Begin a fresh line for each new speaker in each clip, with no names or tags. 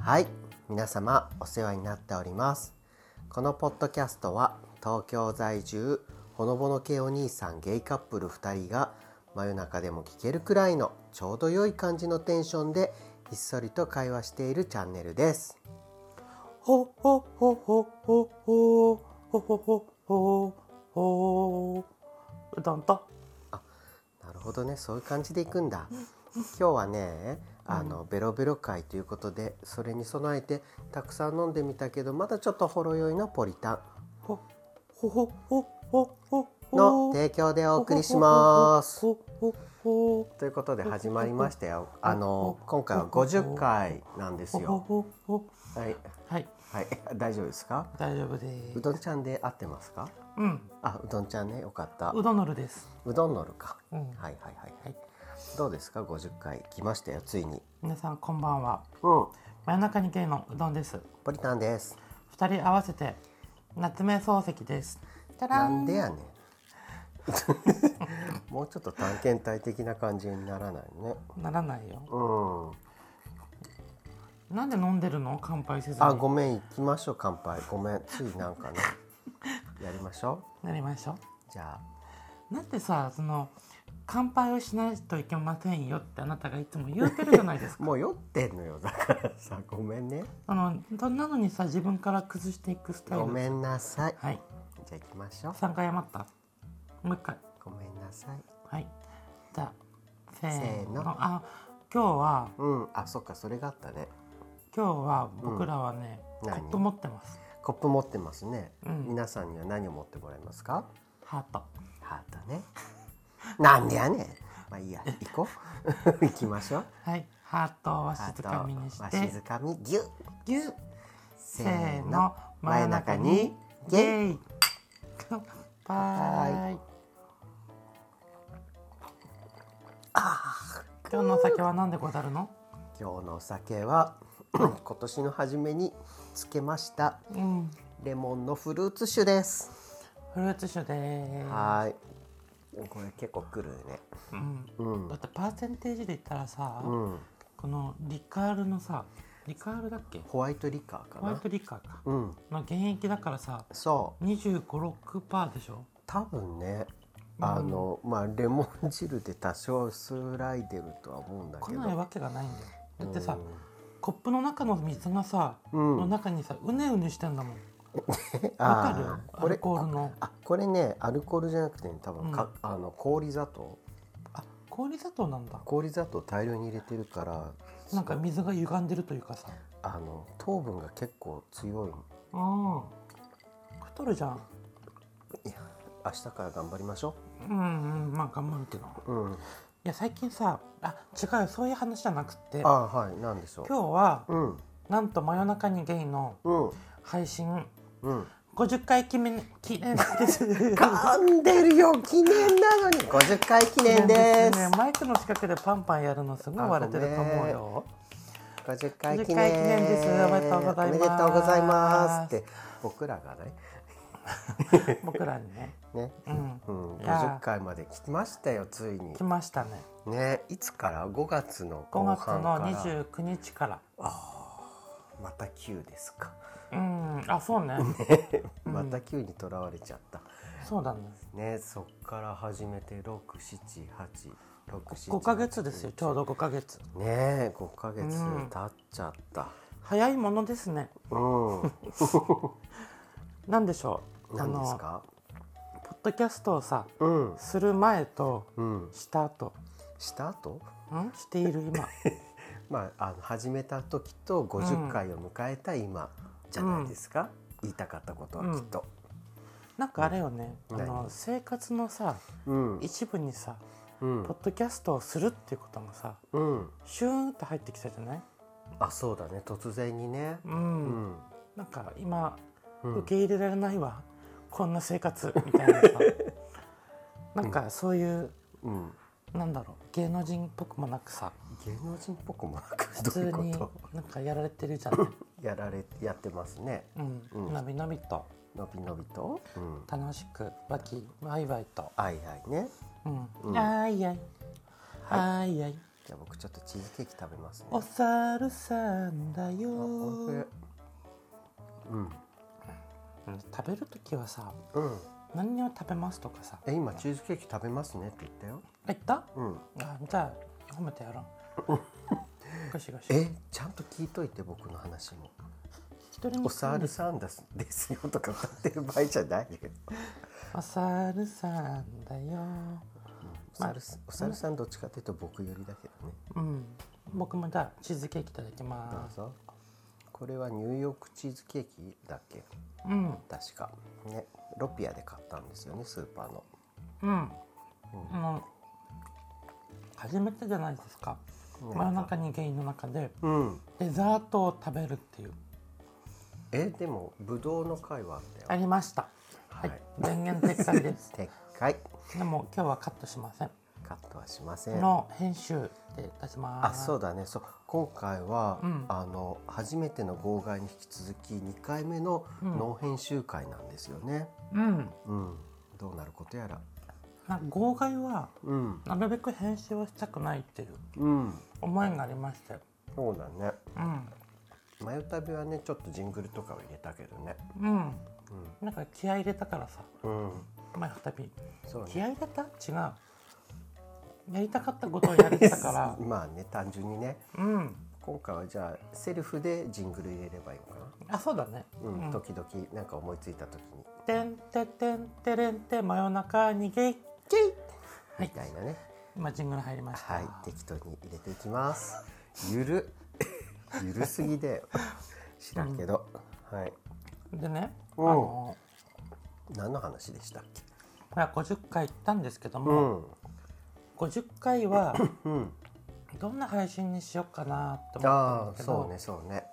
はい皆様お世話になっておりますこのポッドキャストは東京在住ほのぼの系お兄さんゲイカップル2人が真夜中でも聞けるくらいのちょうど良い感じのテンションでひっそりと会話しているチャンネルです
ほほほほほほほほほほほうどんと
なるほどねそういう感じでいくんだ今日はねあのベロベロ会ということでそれに備えてたくさん飲んでみたけどまだちょっとほろ酔いのポリタン
ほほほほほほ
の提供でお送りします。
ほほほ
ということで始まりましたよ。あの今回は50回なんですよ。
ほほ
はい
はい
はい大丈夫ですか？
大丈夫です
うどんちゃんで合ってますか？
うん
あうどんちゃんねよかった
う。どんのるです
うどんのるか。
うん
はいはいはいは
はいい。
どうですか50回来ましたよついに。
皆さんこんばんは
うん
真夜中にゲイのうどんです
ポリタンです。
二人合わせて夏目漱石ですじゃら
なんんでやねん。もうちょっと探検隊的な感じにならないね。
ならないよ
うん。
なんで飲んでるの乾杯せずに
あごめん行きましょう乾杯ごめんついなんかねやりましょ
なりましょう
うじゃあ
なんでさその乾杯をしないといけませんよってあなたがいつも言ってるじゃないですか
もう酔ってんのよだからさごめんね
あのそんなのにさ自分から崩していくスタイル
ごめんなさい
はい
じゃあ行きましょう
3回余ったもう一回
ごめんなさい
はいじゃあせー
せー
の
の
あ今日は
うんあそっかそれがあったね
今日は僕らはね、
うん
コ
何
ップ持ってます
コップ持ってますね、
うん
皆さんには何を持ってもらえますか
ハート
ハートね なんでやねんまあいいや行こう 行きま しょう
はいハートをわし
ハー
づ
ト
かみにし
わしてづかみぎゅ
ぎゅっ
せ
せ
ー
ー
の
の真夜中にゲイ乾杯今日のお酒は何でござるの
今日のお酒 は今年の初めにつけました
うん
レモンのフルーツ酒です。
フルーツ酒でーす
はーい。これ結構くるね。
うんだってパーセンテージで言ったらさ、
うん。
このリカールのさリカールだっけ
ホワイトリカーか
ホワイ
な
ト。リカーか
うん。
の現役だからさ
そう。
2 5 6パーでしょ
多分ね。あの、まあレモン汁で多少薄らいでるとは思うんだ
来
け
ない
ど。
わけがないんだよだってさ、
うん
コップの中の水がさ、
うん
の中にさうねうねしてんだもんわかる
あ
よ
ー
ア
こ
ル
れ
コールの
あこれねアルコールじゃなくて、ね、多分か、あの氷砂糖
あ氷砂糖なんだ
氷砂糖大量に入れてるから
なんか水が歪んでるというかさ
あの糖分が結構強い
うん太るじゃん
明日から頑張りましょ。
うんうんまあ頑張るけどいう
うん。
や最近さあ違うよそういう話じゃなくって
あ
今
はいなんでしょ
日は
う。うん
なんと真夜中にゲイの
うん
配信
うん。
50回記念記念です
噛んでるよ記念なのに50回記念で
ね
す
マイクの近くでパンパンやるのすごい割れてると思う よ
50回記念
50回記念ですおめでとうございます
おめでとうございますって僕らがね
僕らにね
ね、
うん
うん、
いや
50回まで来ましたよついに
来ましたね
ねいつから5月の後
5
半
月
から
の29日から
また9ですか、
うんあそうね
また9にとらわれちゃった
そうだね
ねそっから始めて6786
5ヶ月ですよちょうど5ヶ月
ねえ5ヶ月
うん
経っちゃった
早いものですね
うん、
なんでしょうあ
何です
の
か
ポッドキャストをさ
うん
する前と
うん
した後
した後
んしてい る今
まああの始めた時と50回を迎えた今じゃないですか、言いたかったことはきっと
なんかあれよねあ
何
の生活のさ
うん
一部にさ
うん
ポッドキャストをするっていうことがさ
うん
シューンって入ってきたじゃない
あそうだね突然にね
う、
うんん
なんか今、
うん
受け入れられないわこんな生活みたい なさなんかそういう
うん
なんだろう芸能人っぽくもなくさ
芸能人っぽくもなく
普
どういう
通
こ
に
と
なんかやられてるじゃない、
やられやってますね
うん
うん
のびのびと
のびのびと、うん、
楽しくわきわいわいと、
あいあいね
うん
うん
あいあいあいあい
じゃあ僕ちょっとチーズケーキ食べますね
お猿さんだよ
あおいしいうん
うん食べる時はさ
うん
何を食べますとかさ
え今チーズケーキ食べますねって言ったよ
あ言った
うん
あじゃあ褒めてやろ うゴシゴシ
えちゃんと聞いといて僕の話も
一
「
人
お
に
さるさんですですよ」とか歌ってる場合じゃないよ
お猿さんだよ
おさるお猿さんどっちかっていうと僕寄りだけどね
うん僕もじゃあチーズケーキいただき
どう
ます
ぞこれはニューヨークチーズケーキだっけ
うん
確かねロピアで買ったんですよねスーパーの
うん、うん、初めてじゃないですか真夜中にゲイの中で
うん
デザートを食べるっていう
えでもブドウの回はあったよ
ありましたはい、
はい
電源撤回です
撤回
でも今日はカットしません
カットはしません
の編集で出しま
あ
す
そうだねそう今回は、
うん
あの初めての号外に引き続き2回目の
うん
脳編集会なんですよね、
うん
うんどうなることやら
な号外は
うん
なるべく編集をしたくないっていう
うん
思いがありましたよ
そうだね
うん
眉旅はねちょっとジングルとかを入れたけどね
うん、なんか気合い入れたからさ
うん
前再び
そうね
気合い入れた違うやりたかったことをやれてた から
まあね単純にね
うん
今回はじゃあセルフでジングル入れればいいのかな
あそうだね。
うん、
うん
時々なんか思いついた時に
てんててんてれんて真夜中にゲイ
「キー
い
みたいなね
今ジングル入りました。
はい、適当に入れていきます。ゆ る、ゆるすぎで、知らんけど、はい、
でね、あ
うん
の
何の話でしたっけ？
これは50回行ったんですけど
う
も、
ん、
50回は
うん、
どんな配信にしようかなと思ったん
あ
だ
あ、
けど、
そうね、そうね、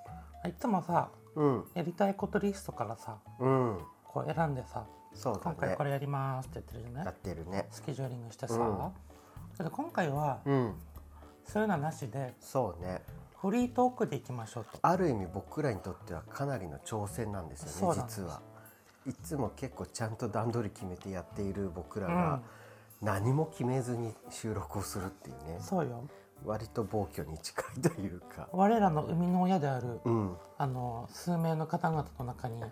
いつもさ
うん、
やりたいことリストからさ
うん、
こう選んでさ、
そう
今
だ
回
ね
こ、れやりますって言ってるじゃな
や
い
っ。てるね、
スケジューリングしてさ、
うん
けど今回は
うん、
そういうのはなしで
そうね。
フリートークでいきましょうと。
ある意味僕らにとってはかなりの挑戦なんです
そ
よ
う
ね、
なんです
実は。いつも結構ちゃんと段取り決めてやっている僕ら
う
が
ん
何も決めずに収録をするっていうね、
そうよ。
割と暴挙に近いというか、
我らの生みの親である
うん、
あの数名の方々の中に
はい。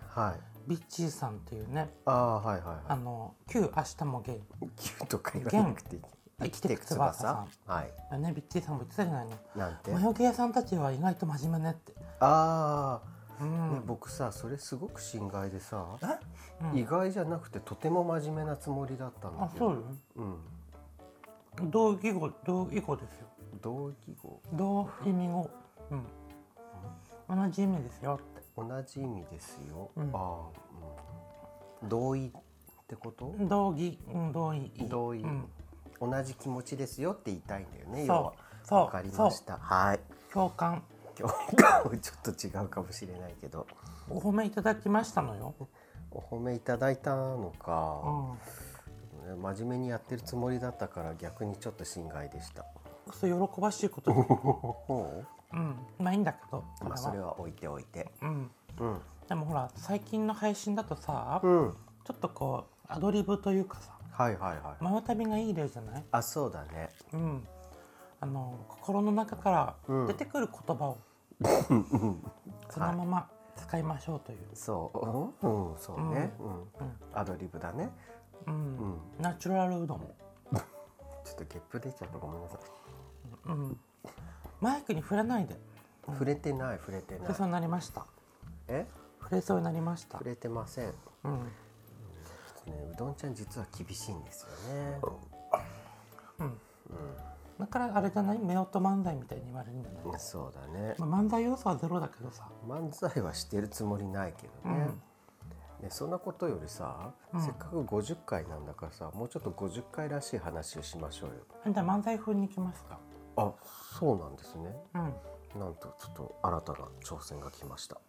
ビッチーさんっていうね
ああはいはい
あ
は
の旧明日もゲイ
い。九とか言わなくていい。
生きてく翼さ
はい。
んねビッチーさんも言ってたじゃないの
なんて
マ。ヨゲーさんたちは意外と真面目ねって
あ
う
あ、ね
ん
僕さそれすごく心外でさ、
えうん
意外じゃなくてとても真面目なつもりだったんだ
あ
けど。
そうよ
うん。
同義語同義語ですよ
同義語
同意味語うん同じ意味ですよって
同じ意味ですよ。
うん
ああ、うん。同意ってこと？
同義うん同意
同意
うん
同じ気持ちですよって言いたいんだよね。要は
そ。うそ
わかり
う
ま
そ
した。はい。
う共感
今日 ちょっと違うかもしれないけど、
お褒めいただきましたのよ
お褒めいただいたのか。
うん
ね真面目にやってるつもりだったから逆にちょっと心外でした。
そう喜ばしいこ とです
ほ
うんまあいいんだけど
うまあそれ
は
は置いておいて。
うん
うん。
でもほら最近の配信だとさ、
うん。はい
ちょっとこうアドリブというかさ
はいはい。
真夜旅がいい例じゃない、
あそうだね。
うん、あの心の中か
う
ら
ん
出てくる言葉を、そのまま使いましょうという、
そう。うん、うん、そうね。うん。アドリブだね。
うん
うん。
ナチュラルうどん、
ちょっとゲップ出ちゃったごめんなさい。
うん、マイクに触れないで
触れてない触れてな
触れ
い
そ。うになりました
え？
触れそうになりました
触、れてません。
うん
ねうどんちゃん実は厳しいんですよね。
だからあれじゃない夫婦漫才みたいに言われるんじゃない、
そうだね。
まあ、漫才要素はゼロだけどさ
漫才はしてるつもりないけどね,、ねそんなことよりさ、せっかく50回なんだからさもうちょっと50回らしい話をしましょうよ
じゃあ漫才風に行きますか
あそうなんですね
うん
なんとちょっと新たな挑戦が来ました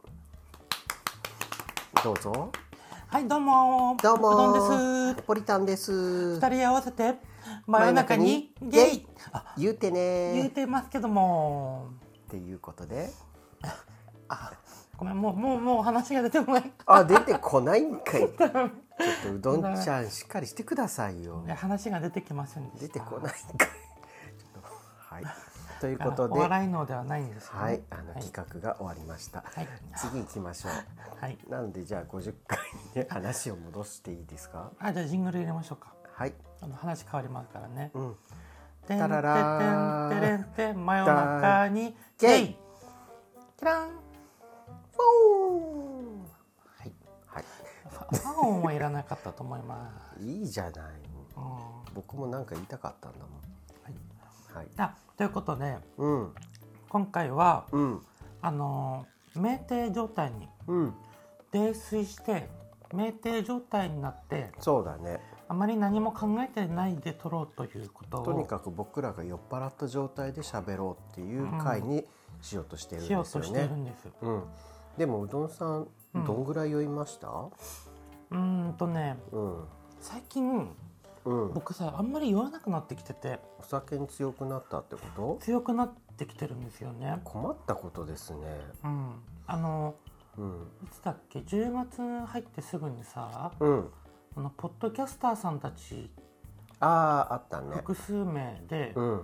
どうぞ
はいどうもー
どうもー
うどんです
ポリタンです
二人合わせて真夜中に
真夜中に
ゲ
ゲ
イ
イ
あ
言うてね
言
ー
え
って
ますけども
ていうことで
ごめんもうもうもう話が出てこない
あ出てこないんかいちょっとうどんちゃんしっかりしてくださいよ
いや話が出てきませんでした
出てこないんかいちょっとはいということ
お
で、
笑いのではないんですよね
はい、あの企画が終わりました。
はい
次行きましょ
はい、
う。なんでじゃあ50回にね話を戻していいですか。
あじゃあジングル入れましょうか
はい。
あの話変わりますからね
うん。
「てんてんて
タララー
んてれんてん真夜中に
ゲ
ゲ
イ
イ」キラン
はい。は
ファファンはいらなかったと思います、
い。いいじゃない。
うんは
僕もなんか言いたかったんだもん。
い、
はい。
あということで
うん。
今回は
うん。
あの酩酊状態に
うん。
泥酔して酩酊状態になって
そうだね。
あまり何も考えてないで撮ろうということ
とに
を
かく僕らが酔っ払った状態で喋ろうっていう回にしようとしてるん
しよ
で
う
すよ
として
ね
る。んです。
うん。でもうどんさん、
うん
どんぐらい酔いました？
うーんとね
うん。
最近
うん。
僕さあんまり酔わなくなってきてて
お酒に強くなったってこと？
強くなってきてるんですよね。
困ったことですね。
うん、あの
うん。
いつだっけ10月入ってすぐにさ
うん。
あのポッドキャスターさんたち
あああったね。
複数名で
うん。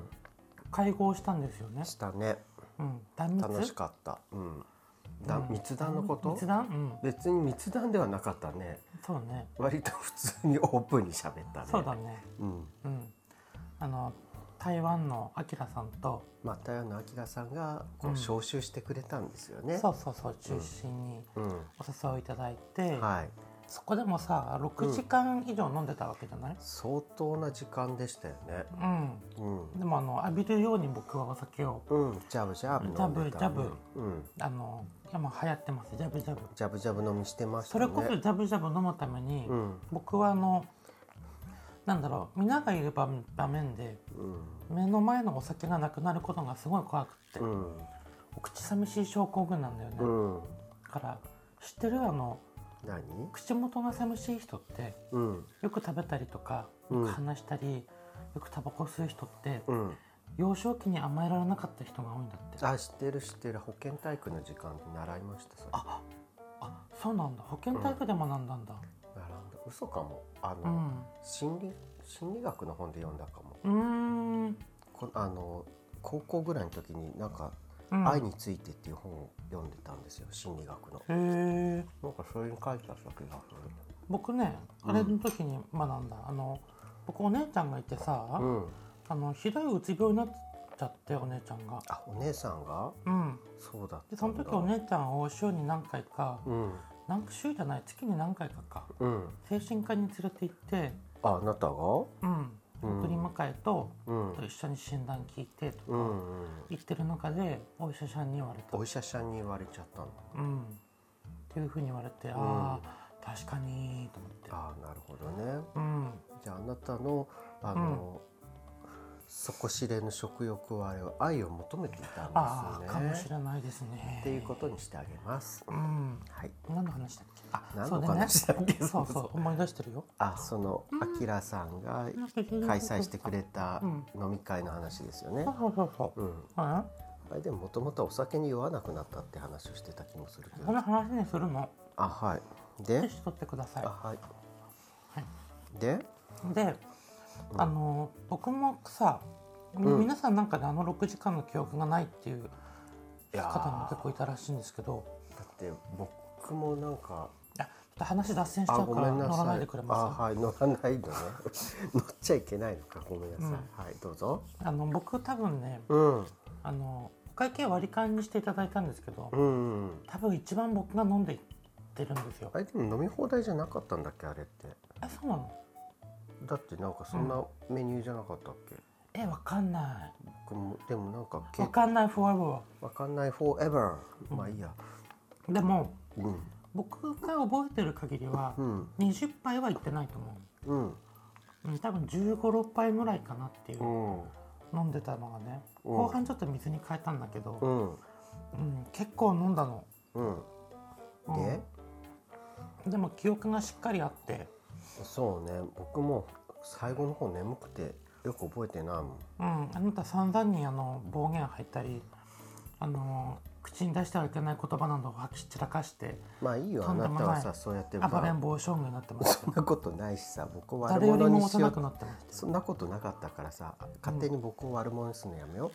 会合したんですよね。
したね。
うん、断密
楽しかった。うん。だ
うん
密談のこと？
密談、
別に密談ではなかったね。
うん、そうね。
割と普通にオープンに喋ったね。
そうだね。
うん。
うん、あの台湾のアキラさんと、
まあ、太陽の明さんがこう
うん
招集してくれたんですよね。
そうそうそう中心に
うん。
お誘いいただいて、
はい。
そこでもさ6時間以上飲んでたわけじゃない、
相当な時間でしたよね。
うん
う
でもあの浴びるように僕はお酒を
ん。うん。ジャブジャブ飲んでた、ね。
ジャブジャ
うん。
あの今流行ってますジャブジャブ
ジャブジャブ飲みしてました
そ
ね。
れこそジャブジャブ飲むために、
うん。
僕はあのなんだろう皆がいる場場面で
うん。
目の前のお酒がなくなることがすごい怖くって、
うん。
お口寂しい症候群なんだよね、
うん。
だから知ってるあの
何？
口元が寂しい人って
うん。
よく食べたりとか
うん
よく話したり、よくタバコ吸う人って
うん。
幼少期に甘えられなかった人が多いんだって
あ、知ってる知ってる。保健体育の時間で習いました。それ
ああそうなんだ保健体育で学んだんだ
習んだ。嘘かも。あ
う
の、
ん
心理心理学の本で読んだかも。
うんん
こあの高校ぐらいの時になんか
うん
愛についてっていう本を読んでたんですよ心理学の
へえ
なんかそれに書いてあった気がす
僕ね
うん
あれの時に学んだ、あの僕お姉ちゃんがいてさ、
るうん
あのひどいうつ病になっちゃってお姉ちゃんが
あお姉さんが
うん
そうだったんだ
でその時お姉ちゃんを週に何回か
うん
なんか週じゃない月に何回かか
うん
精神科に連れて行って、
ああなたが
うん、
うん
送り迎えと,、
うん
と一緒に診断聞いてとか、
うんうん
言ってる中でお医者さんに言われた、
お医者さんに言われちゃったんだ
うん、っていうふうに言われて、ああ確かにと思って、
ああなるほどね
うん、
じゃああなたのあの、底知れぬ食欲はあれは愛を求めていた
あ
ん
あ
ですね
かもしれないですね。
っていうことにしてあげます
うん、
はい
何の話だっけあ
何
そ
の
うだね
話だっけ
そうそう思い出してるよ
あそのあきらさんが開催してくれた
うん
飲み会の話ですよね、
そう。そうそうそううんあ
あれでももともとお酒に酔わなくなったって話をしてた気もするけ
こ
ど
の話にするの
あはい
ぜ
で
ひ取ってくださ
あ
い
はい、
は
で
で、あの僕もさ、
ん
皆さんなんかであの6時間の記憶がないっていう
いやー
方も結構いたらしいんですけど
だって僕もなんか
あちょっと話脱線しちゃ
あ
う
ご
から
めん
乗
な
らな
さ
い
い
でく
あ
れます
はい乗らないのね 乗っちゃいけないのかごめんなさい、
うん
はいどうぞ
あの僕多分ね
うん
あのお会計割り勘にしていただいたんですけど
うん
多分一番僕が飲んでいってるんですよ
あれでも飲み放題じゃなかったんだっけあれって
えそうなの
だってなんかそんなメニューじゃなかったっけ、
えわかんな
僕もでもなんか
い
け
わかんないフォアボ
わかんない forever まあいいや
ーでも
うん
僕が覚えてる限りは
うん
20杯はいってないと思
うん
う、うん、多分1 5六6杯ぐらいかなっていうう、
ん
飲んでたのがね
うん
後半ちょっと水に変えたんだけど、
う
うん
ん
結構飲んだの、
うん
うん
で
でも記憶がしっかりあって
そうね僕も最後の方眠くてよく覚えてないもん
うん、あなた散々にあの暴言吐いたりあの口に出してはいけない言葉などを吐き散らかして
まあいいよ
と
あ
んで
な
も
た
ない
はさそうやってば
暴れん坊将軍になっ てまし
そ
た
んなことないしさ僕を悪
誰より
者に
も
しよ
幼
う
くなってました
そんなことなかったからさ勝手に僕を悪者にするのやめよ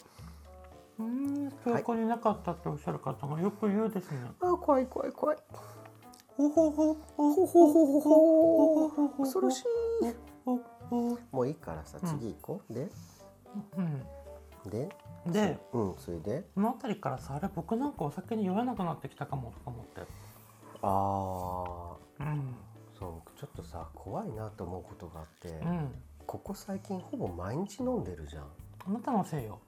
うーん、記憶になかったっておっしゃる方がよく言うですね。
あー怖い怖い怖い
ほほほほ
ほほほほほ
ほほ
恐ろしい
ほほ。
もういいからさ
うん
次行こう、で
う
で
ん。で、
うんそれで
この辺りからさ、あれ僕なんかお酒に酔わなくなってきたかもとか思って。
ああ
うん。
そうちょっとさ怖いなと思うことがあって、
うん。
ここ最近ほぼ毎日飲んでるじゃん
あなたのせいよ
ん。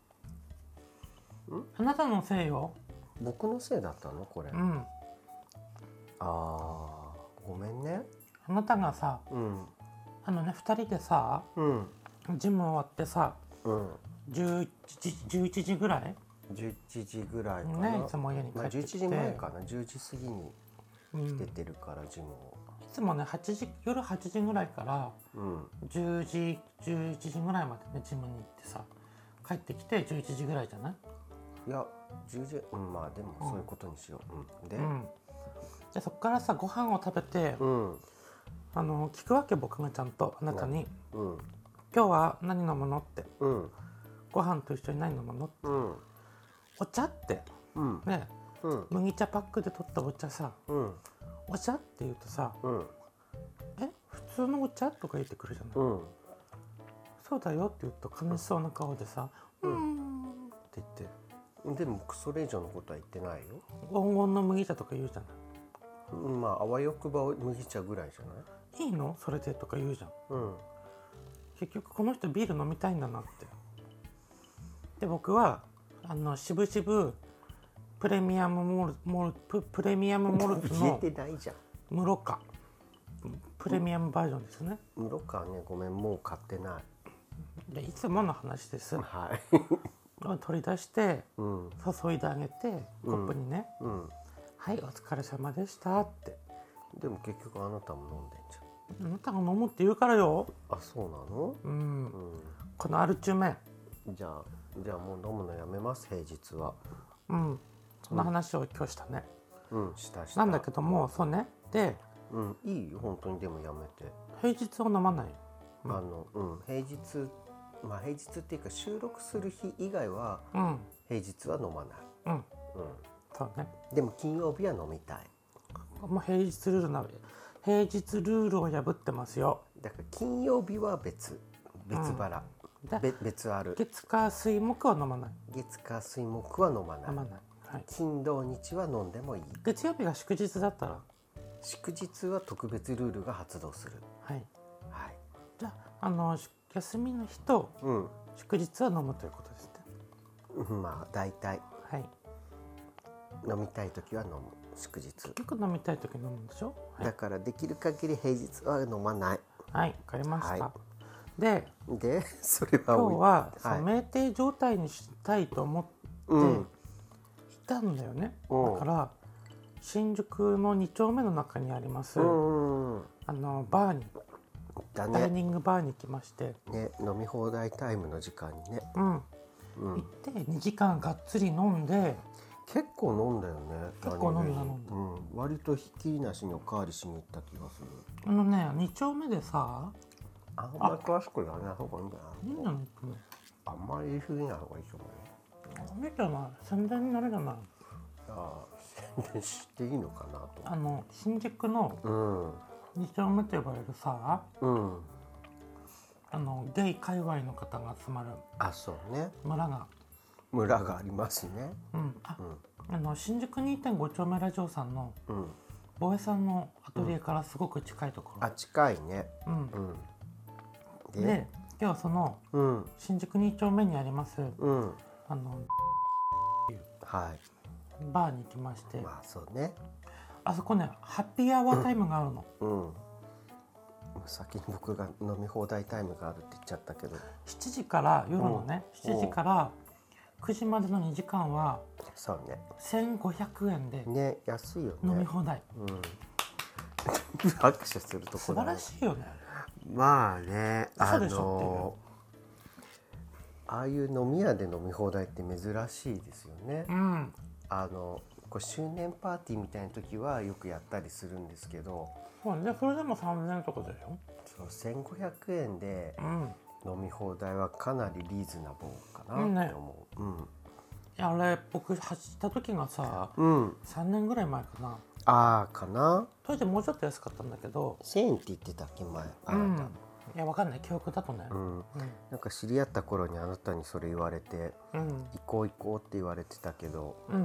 あなたのせいよ。
僕のせいだったのこれ、
う
あ
ん。
あーごめんね
あなたがさ、
うん
あのね、二人でさ、
うん
ジム終わってさ、
うん
11時11時ぐらい
11時ぐらいかな、
ね、いつも家に帰
まあ、
って
11
きて、
時前かな10時過ぎに
うん
出
い
てるからジムを
つもね8時夜8時ぐらいから
うん
10時11時ぐらいまでねジムに行ってさ帰ってきて11時ぐらいじゃない
いや10時うんまあでもそういうことにしよう、うんで
うんでそっからさご飯を食べて、
うん
あの聞くわけ僕がちゃんとあなたに
うん
「今日は何飲むの?」って
うん
「ご飯と一緒に何飲むの?
うん」
お茶」って
うん
ね
うん
麦茶パックで取ったお茶さ
うん
「お茶」って言うとさ
うん
「え普通のお茶?」とか言ってくるじゃない、
うん
そうだよって言うと悲しそうな顔でさ「う
うんん」
って言っ
で
て
も僕それ以上のことは言ってないよ、
黄金の麦茶とか言うじゃな
うん、まああわよくば麦茶ぐらいじゃない
いいいのそれでとか言うじゃん
うん
結局この人ビール飲みたいんだなってで僕はあの渋々プレミアムモルモルププレミアムモル ツ
言
の
えてないじゃん
ムロカプレミアムバージョンですね
室川ねごめんもう買ってな
でいつもの話です
いはい
取り出して
うん
注いであげてコップにね
うん
「はいお疲れ様でした」って
でも結局あなたも飲んでんじ
「あなたが飲むって言うからよ」
ゃんあそうなの
うん
う
このアルチュメ
んじゃあじゃあもう飲むのやめます平日は
うんその話を今日したね、
うんしたした
なんだけどもそうねで
うんいいよ本当にでもやめて
平日を飲まないうん
あの、うん、平日まあ平日っていうか収録する日以外は
うん
平日は飲まない、
うん
う
そうね
ん、でも金曜日は飲みたい
もう平日ルールな平日ルールを破ってますよ
だから金曜日は別別腹、
で
べ別ある
月火水木は飲まない
月火水木は飲まない
飲まない、はい、
金土日は飲んでもいい
月曜日が祝日だったら
祝日は特別ルールが発動する
はい
はい
じゃああのし休みの日と
うん、
祝日は飲むということですね
うん、まあ大体
はい
飲みたい時は飲む祝日
よく飲みたい時に飲むんでしょは
だ
い
からできる限り平日は飲まない
はい、わかりました、
は
で
で それは
今
置い
日は、そ
は
の
い
酩酊状態にしたいと思って
うん
いたんだよね、
うん
だから新宿の2丁目の中にあります、
うんうん
あのバーに
だ
ダイ
ね
ニングバーに来まして、
ね飲み放題タイムの時間にね、
うん、
う
行っ
ん、
て2時間がっつり飲んで
結構飲んだよね
結構飲
何気
んだ
に
飲んだ
うん、割とひっきりなしにおかわりしに行った気がする
あのね2丁目でさ
あんまり詳しくやらない方がいいんじゃない
いいんじゃないかな
あんまり言い過ぎない方がいいと思うよ
いいじゃない宣伝になるじゃない
ああ宣伝していいのかなと
あの新宿の
うん
2丁目と呼ばれるさ
うん
あのゲイ界隈の方が集まる
あそうね
村が、
村がありますね
うん、あ
うん
あの新宿2.5丁目ラジオさんの
うん
ボエさんのアトリエからすごく近いところ
あ、近いね
うん
うんで
で今日はその
うん
新宿2丁目にあります
うん
あの
はい
バーに行きまして
まあそうね
あそこねハッピーアワータイムがあるの、
うん先に僕が飲み放題タイムがあるって言っちゃったけど
7時から夜のね
うん
7時から9時までの2時間は
そうね
1500円で
ね安いよね
飲み放題、
うん握手するとこ
素
だ
晴
ね
らしいよね
まあねあ
嘘でしょ
のああいう飲み屋で飲み放題って珍しいですよね
うん
あのこう周年パーティーみたいな時はよくやったりするんですけど
そうねそれでも3000円とかだよ
そう1500円で
うん
飲み放題はかなりリーズナブルかな
うんね
と思う、うん
あれ僕走った時がさ
うん
3年ぐらい前かな
ああかな
当時もうちょっと安かったんだけど
1000円って言ってたっけ前あ
う
なんた、
いやわかんない記憶だとね
うん
う
なんか知り合った頃にあなたにそれ言われて
んうん
行こう行こうって言われてたけど
うん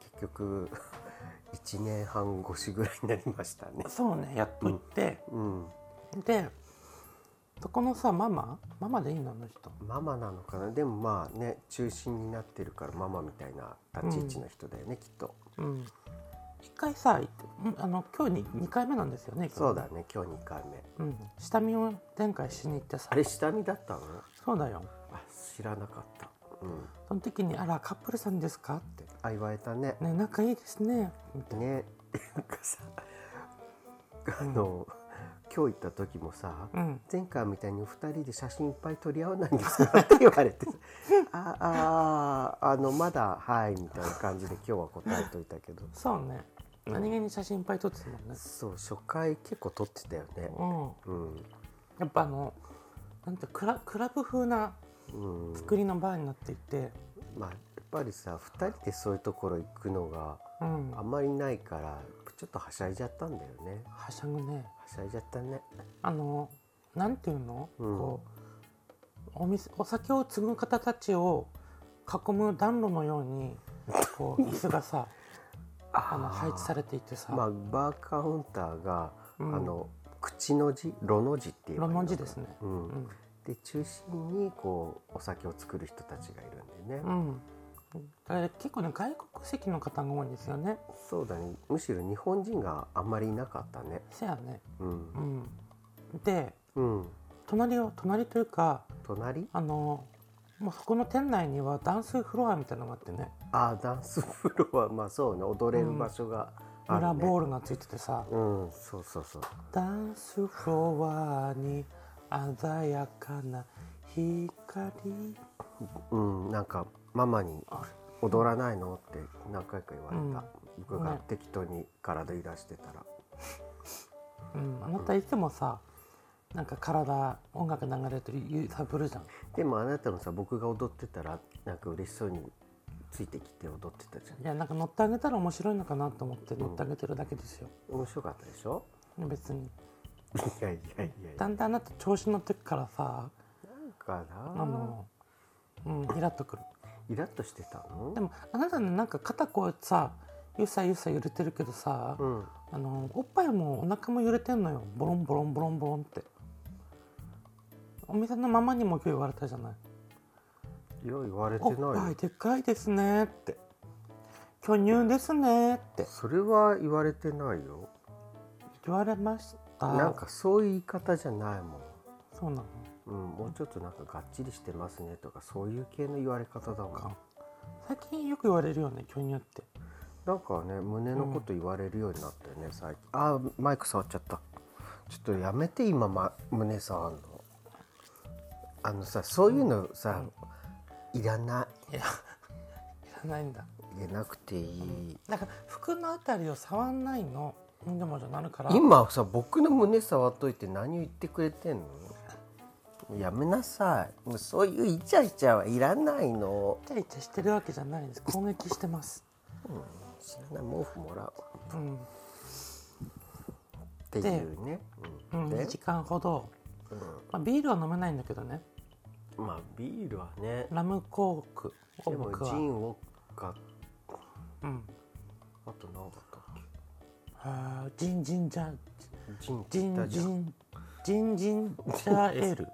結局 1年半越しぐらいになりましたね
そうねやっと行って、
うん
でそこのさママママでいいのあの人
ママなのかなでもまあね中心になってるからママみたいな立ち位置の人だよね、きっと
うん一回さうんあの今日に2回目なんですよね
そうだ、ね今日2回目
今日うん、下見を前回しに行ってさ
あれ下見だったの
そうだよ
あ知らなかったうん
その時に「あらカップルさんですか?」って
あ言われたね
「ね仲いいですね」みたい
ねなんかさあの、今日行った時もさ、
なうん
前回みたいにお二人で写真いっぱい撮り合わないんですかって言われ てあああのまだはいみたいな感じで今日は答えといたけど
そうね何気に写真いっぱい撮ってたもんね
そう初回結構撮ってたよね
う
うん
んやっぱあのなんてクラクラブ風な
うん
作りのバーになっていて
まあやっぱりさ二人でそういうところ行くのが
うん
あんまりないからちょっとはしゃいじゃったんだよね
はしゃぐね
はしゃいじゃったね
あのなんていうの、
うん
こうお店お酒を継ぐ方たちを囲む暖炉のようにこう 椅子がさあの配置されていてさ、
まあバーカウンターが、
うん
あの口の字ロの字っていう
ロの字ですね。
う
うんん、
で中心にこうお酒を作る人たちがいるんでね、
うん、あれ結構ね外国籍の方が多いんですよね。
そうだねむしろ日本人があんまりいなかったね
せやね。
う、
うんん、で
うん、
隣を隣というか
隣
あのもうそこの店内にはダンスフロアみたいなのがあってね
ああダンスフロアまあそうね踊れる場所があ
ミラ
る
ー
ね
ボールがついててさ、
うん、そうそうそう
ダンスフロアに鮮やかな光
うん、なんかママに
あ
「踊らないの?」って何回か言われた、僕が
ね
適当に体揺らしてたら、
うん、あなたいつもさなんか体音楽流れてる揺さぶるじゃん
でもあなたもさ僕が踊ってたらなんか嬉しそうについてきて踊ってたじゃん
いやなんか乗ってあげたら面白いのかなと思って乗ってあげてるだけですよ、
面白かったでしょ
別に
いやいやいやいや
だんだんあなた調子乗ってくからさ
なんかな
あのうんイラっとくる
イラッとしてたの
でもあなたねなんか肩こうさゆさゆさ揺れてるけどさ、
うん
あのおっぱいもお腹も揺れてんのよボロンボロンボロンボロンってお店のママにも今日言われたじゃない
いや言われて
お
ない
っぱい
よ
でかいですねって巨乳ですねって
それは言われてないよ
言われました
なんかそういう言い方じゃないもん
そうなの
うん、もうちょっとなんかがっちりしてますねとかそういう系の言われ方だもん
か最近よく言われるよね巨乳って
なんかね胸のこと言われるようになったよね、最近あーマイク触っちゃったちょっとやめて今、ま、胸触るのあのさそういうのさ、いらない
やいらないんだ
いやなくていい、
だから服のあたりを触んないのでもじゃなるから
今さ僕の胸触っといて何を言ってくれてんのやめなさいもうそういうイチャイチャはいらないの
イチャイチャしてるわけじゃないです攻撃してます
知らない毛布もらう
うん、
っていうね、う
うんん、
で
2時間ほど、
う
まあ、ビールは飲めないんだけどね
んまあビールはね
ラムコークを
でも
僕は
ジンを買っ
うん
あと何だったっ
あージンジンジャー
けジンって
ジ
言っ
ン
た
ジ
じゃん
ンジンジンジャーエール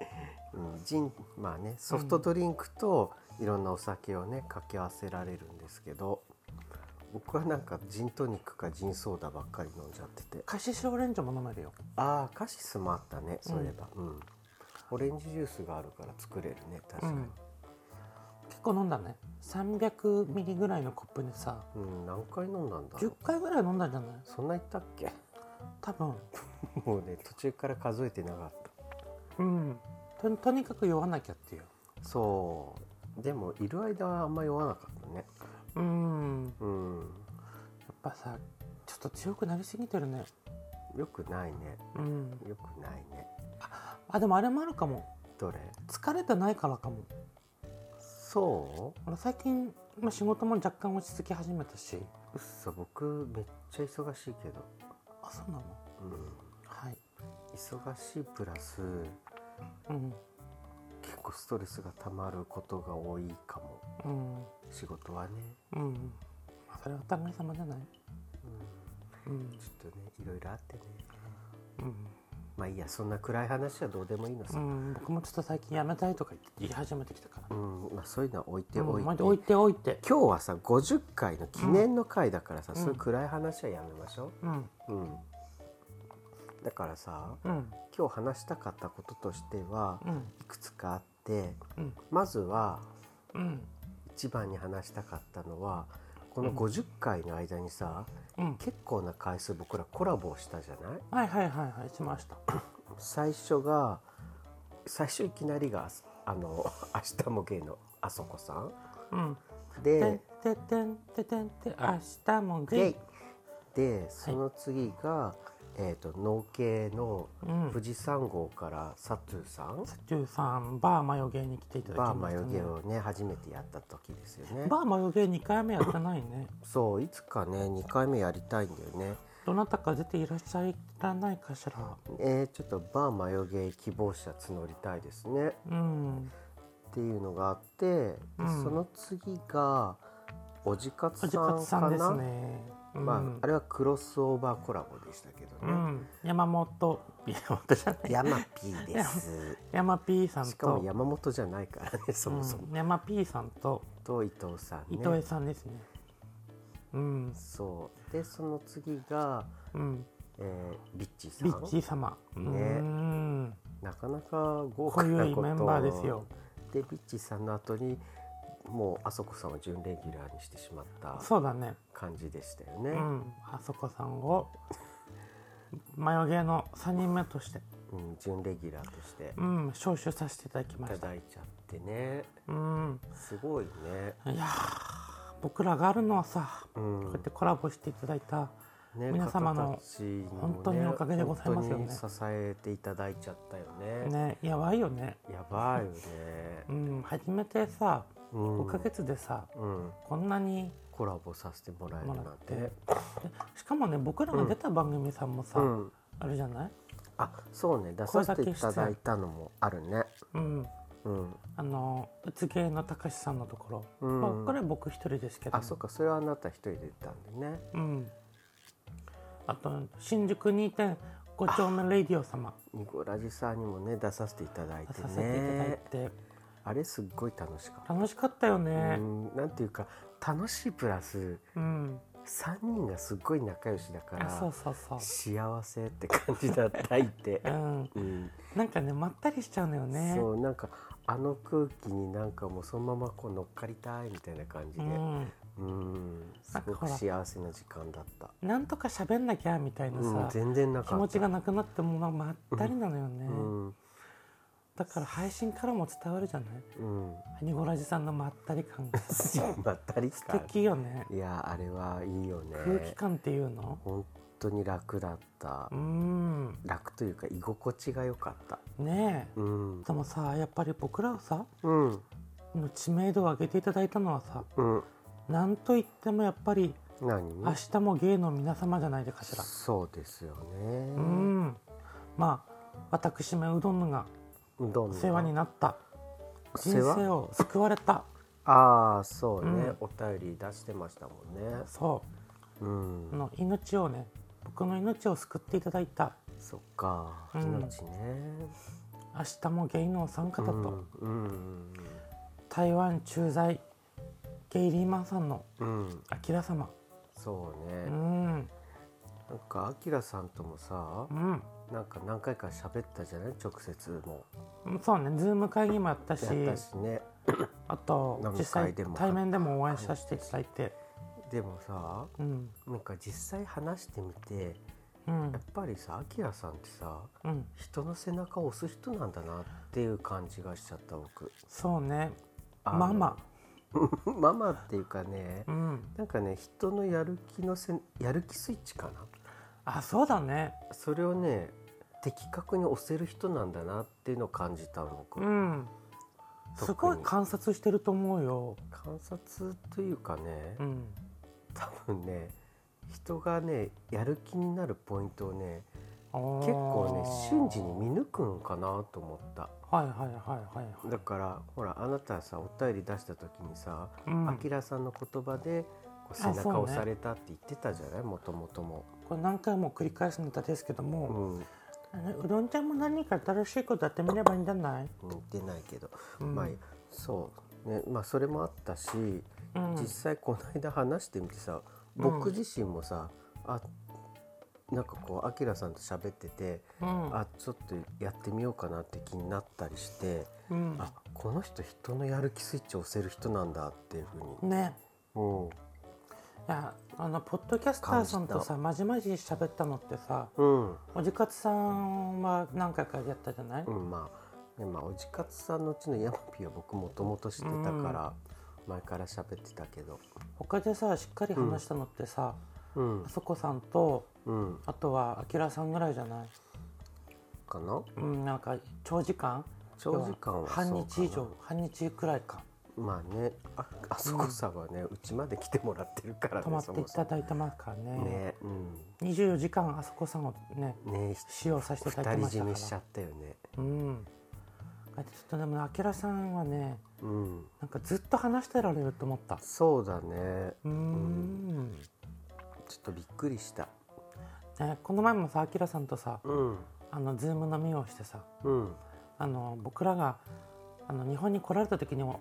うんジンまあねソフトドリンクといろんなお酒をね掛け合わせられるんですけど僕はなんかジントニックかジンソーダばっかり飲んじゃってて
カシスオレンジも飲めるよ
ああカシスもあったねそういえば、うんオレンジジュースがあるから作れるね確かに、
結構飲んだね300ミリぐらいのコップにさ
うん何回飲んだんだろ
10
う
回ぐらい飲んだんじゃない
そんな言ったっけ
多分
もうね途中から数えてなかっ
うんととにかく酔わなきゃっていう
たそうでもいる間はあんま酔わなかったね
うん
うん
やっぱさちょっと強くなりすぎてるね
よくないね
うん
よくないね
あでもあれもあるかも
どれ
疲れてないからかも
そう
俺最近まあ、仕事も若干落ち着き始めたし
うっそ僕めっちゃ忙しいけど、
あそうなの
うん、
はい
忙しいプラス
うん
結構ストレスがたまることが多いかも
うん
仕事はね、
うんまあそれはお互い様じゃない
うん、
うん
ちょっとねいろいろあってね
うん
まあいいやそんな暗い話はどうでもいいの
う
さ、
ん、僕もちょっと最近やめたいとか言って言い始めてきたから、
うんまあ、そういうのは置いておいて、
うん置いておいて
今日はさ50回の記念の回だからさ、
うん
そういう暗い話はやめましょ
うん
う、うんだからさ
うん
今日話したかったこととしては
うん
いくつかあって
うん
まずは
うん
一番に話したかったのはこの50回の間にさ、
うん
結構な回数僕らコラボをしたじゃない
はいはいはいはいしました
最初が最初いきなりがあの 明日も芸のあそこさん
うんてん
で
てんてんてんてんてん明日も
ゲ
ゲ
イ
イ
でその次が、えー、と農系の
うん
富士山号からサトゥさん、
サチューさんバーマヨゲイに来ていただきま
バー
した、ね、
マヨゲをね初めてやった時ですよね
バーマヨゲイ2回目やってないね
そういつかね2回目やりたいんだよね
どなたか出ていらっしゃらないかしら
えー、ちょっとバーマヨゲ希望者募りたいですね
うん
っていうのがあって、
うん
その次がおじかつ
おじ
さ
か
ん
つさ
か
んです
な、
ねうん
まあ、あれはクロスオーバーコラボでしたけど
う
ね、
ん、山本山本じゃない
ヤマピー です
山 P さんと
しかも山本じゃないからねそもそも、
うん、山 P さんと
と伊藤さん
伊
ね
藤さんですねうん
そうでその次が、
うん
えービッチーさん
ビッチー様、うん
なかなか豪
こ
華
うい
なこと
うメンバーですよ
でビッチーさんの後にもうあそこさんを準レギュラーにしてしまった
そうだね
感じでしたよね
う、んあそこさんを眉毛の3人目として、
うん準レギュラーとして
うん、招集させていただきま
いた
した
だいちゃってね
うん
すごいね,、
いやー僕らがあるのはさ、
うん、
こうやってコラボしていただいた
ね
皆様の
方たちにもね
本当におかげでございますよね
本当に支えていただいちゃったよね
ねやばいよね
やばいよね、
うん初めてさ
うん
5ヶ月でさ、
うん、
こんなに
コラボさせてもらえる
も
なん
らって
て
でしかもね僕らが出た番組さんもさ、
うん
あるじゃない、
あそうね出させていただいたのもあるね
うん、
うん、
あのうつ芸のたかしさんのところ、
うん
まあ、これは僕一人ですけど
あそっかそれはあなた一人で出たんでね
うん、あと新宿2.5丁目レイディオ様
ニコラジさんにもね出させていただいて
させていただい
ね
て、
あれすっごい楽しかっ
楽しかったよ
た、
ね
うんなんていうか楽しいプラス
うん、
3人がすっごい仲良しだか
あそう
ら
そうそう
幸せって感じだったいて
う、ん、
うん
なんかねまったりしちゃうのよね
そうなんかあの空気になんかもうそのままこう乗っかりたいみたいな感じで、
ん、
うん、すごく幸せな時間だった。
なんとか喋んなきゃみたいな
うん、
さ、
全然な
気
か
持
っ
ち
た。
がなくなってもまあまったりなのよね、
うん、うん、
だから配信からも伝わるじゃない ニゴラジさんのまったり感が素
まったりか。
敵よね
いや、あれはいいよね。
空気感っていうの
本当に楽だった
う。ん
楽というか、居心地が良かった。
ねえ
うん、
でもさやっぱり僕らをさ
うん、
の知名度を上げていただいたのはさ
うん、
なんといってもやっぱり「明
何。
日も芸の皆様」じゃないでかしら
そうですよ
う
ね。
んまあ私めうどんが
どん
お
な
世話になった人
世話
生を救われた
ああ、そうね、
うん
お便り出してましたもんね。、
そううんの命をね僕の命を救っていただいた
そっか、
うん
命ね。
明日も芸能参加だと、
うん、うん、
台湾駐在ゲイリーマンさんの
うん、
アキラ様
そうね。
うん
なんかアキラさんともさ
う、ん
なんか何回か喋ったじゃない直接も
そうねズーム会議もやったし
やったしね
あと
飲み
実際
会でも
対面でもお会いさせていただいて
でもさ
うん
なんか実際話してみて
うん
やっぱりさアキラさんってさ
うん
人の背中を押す人なんだなっていう感じがしちゃった僕
そうね
あの
ママ
ママっていうかね
うん
なんかね人のやる気のせやる気スイッチか
あそうだね
なそれをね的確に押せる人なんだなっていうのを感じたの僕、
うんすごい観察してると思うよ、
観察というかね
うん、
多分ね人がねやる気になるポイントをね
結
結構ね瞬時に見抜くんかなと思った
はいはいはいはいはい
だからほらあなたさお便り出した時にさ
うん
あきらさんの言葉でこう背
あそうね
中を押されたって言ってたじゃないもともとも、
これ何回も繰り返すネタですけど
う
も、
ん、うん
ううどんちゃんも何か新しいことやってみればいいんじゃない、
言ってないけど、
うん
まあそうねまあそれもあったし、
うん
実際この間話してみてさ
うん
僕自身もさ、あなんかこうあきらさんと喋ってて、
うん
あちょっとやってみようかなって気になったりして、
うん
あこの人人のやる気スイッチを押せる人なんだっていうふうに、
ね
うん
いやあのポッドキャスターさんとさまじまじ喋ったのってさ
うん
おじかつさんは何回かやったじゃない、
うんまあ、ねまあ、おじかつさんのうちのヤマピーは僕もともと知ってたから、前から喋ってたけど
他でさしっかり話したのってさ、
うん
あそこさんと
うん
あとはあきらさんぐらいじゃない、
かな
うん、なんか長時間
長時間はそうかな
半日以上半日くらいか
まあねああそこさんはねうち、まで来てもらってるからね
泊まって
そ
い
もそ
ただいてますからね
もね
24時間あそこさんをね
うんね
使用させていただ
二
いて
人
ま
占めし
したか
ちゃ
ら
ったよね
うんだってちょっとでもあきらさんはね
うん
なんかずっと話してられると思った
そうだね
うーん
ちょっとびっくりした
ねこの前もさあきらさんとさ
うん
あのズーム飲みをしてさ
うん
あの僕らがあの日本に来られた時にも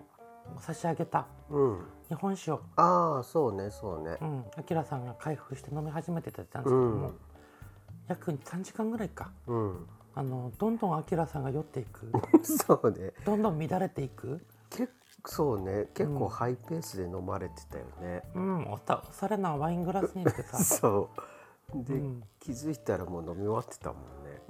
差し上げた
うん
日本酒を
ああそうねそうね
うんあきらさんが開封して飲み始めてたんですけ
う
ども、
ん
約3時間ぐらいか
うん、
あのどんどんあきらさんが酔っていく
そうね
どんどん乱れていく
結そうね結構ハイペースで飲まれてたよね、
うんおたおしゃれなワイングラスに入れてさ
そうで、
うん
気づいたらもう飲み終わってたもんね、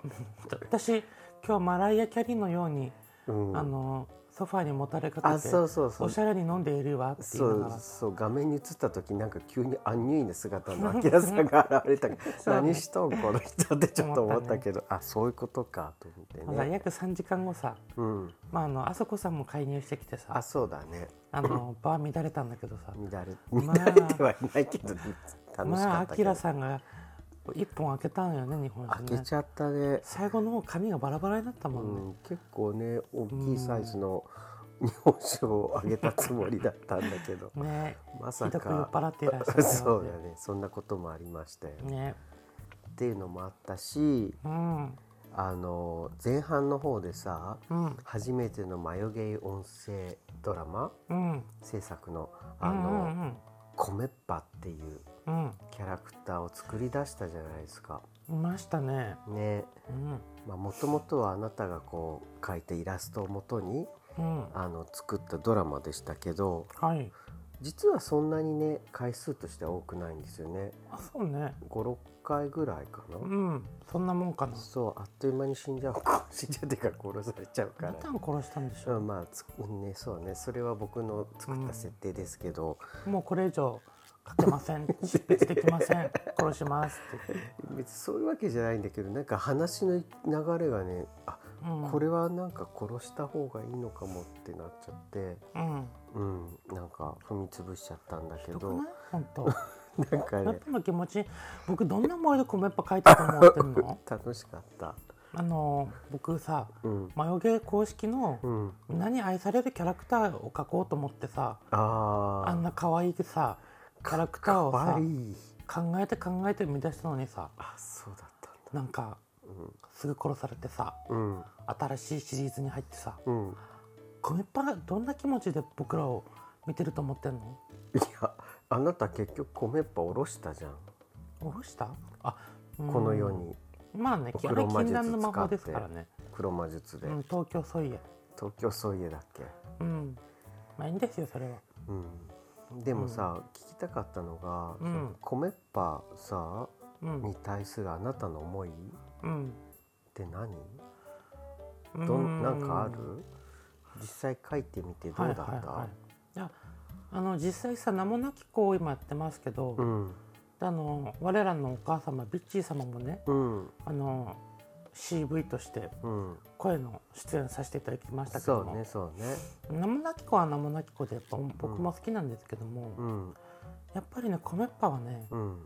私今日マライア・キャリーのように、
うん、
あのソファーにもたれか
あ
けて
そうそうそ
お
う
しゃれに飲んでいるわって言
そ
いなが
う
ら
そう画面に映った時なんか急にアンニュイな姿の明らさんが現れたから
そうね
何しとんこの人ってちょっと思ったけどあそういうことかと思
ま
っ
だ
てね、
約3時間後さ、
うん、
まあ、あのあそこさんも介入してきて
あ
さ
そうだね
あのバー乱れたんだけどさ
乱れ
ま
乱
あ
れてはいないけど、楽し
まあ
か
あ
ったけ
き
ど、
らさんが1本開けたのよね日本酒
開
ね
けちゃったね
最後の方髪がバラバラになったもんね、
うん、結構ね大きいサイズの日本酒をあげたつもりだったんだけ ど
ね
ま
ひ
さ
どく酔っ
か
払っていらっし ゃ
そ
る
うだねそんなこともありましたよ、
ねね
っていうのもあったし
うん
あの前半の方でさ
うん
初めての眉毛音声ドラマ
うん
制作の
う
あの、
ん
米っぱっていう
うんうん
キャラクターを作り出したじゃないですか。
いましたね
ね
うん
まあ、もともとはあなたがこう描いたイラストをもとに
うん
あの作ったドラマでしたけど
はい
実はそんなにね回数としては多くないんですよね
あそうね
56回ぐらいかな、
うんそんなもんかな
そうあっという間に死んじゃう 死んじゃうっていうか殺されちゃうか
あ
ら
なたも殺したんでし
う
ょ
んまあつねそうねそれは僕の作った設定ですけど、
もうこれ以上書け ません執筆できません殺しますって
別にそういうわけじゃないんだけどなんか話の流れがねあ
うん
これはなんか殺した方がいいのかもってなっちゃって
うん
うんなんか踏み潰しちゃったんだけ
ひどく
ど
ない本当
なんか
やっ
ね
ぱの気持ち僕どんな思いで米っぱ書いたと思って んの
楽しかった
あの僕さ
うん
マヨゲー公式の
うん
みんなに愛されるキャラクターを描こうと思ってさ
あー
あんな可愛いさキャラクターを
か
さ
わいい
考えて考えて生み出したのにさ
あそうだったん
なんかすぐ殺されてさ
だうん
新しいシリーズに入ってさ
うん
米っぱがどんな気持ちで僕らを見てると思ってんの
いやあなた結局米っぱおろしたじゃん
おろしたあ、うん
この世に
まあねあれ
黒魔術
禁断の魔
使っ
法
て
ですからね、
黒魔術で、
うん、東京ソイエ
東京そういえだっけ
うんまあいいんですよそれは
うんでもさ、聞きたかったのが、
うん
その米っぱさ
うん
に対するあなたの思いっ
うん
て何
う
どんなんかある実際書いてみてどうだった、
はいはいはいいやあの実際さ名もなき子を今やってますけど、
うん
あの我らのお母様ビッチー様もね
うん
あの CV として
うん
声の出演させていただきましたけ
そ
ど
う
も、
ねそうね
名もなき子は名もなき子でやっぱ僕も好きなんですけども、
うん
やっぱりね米っぱはね
うん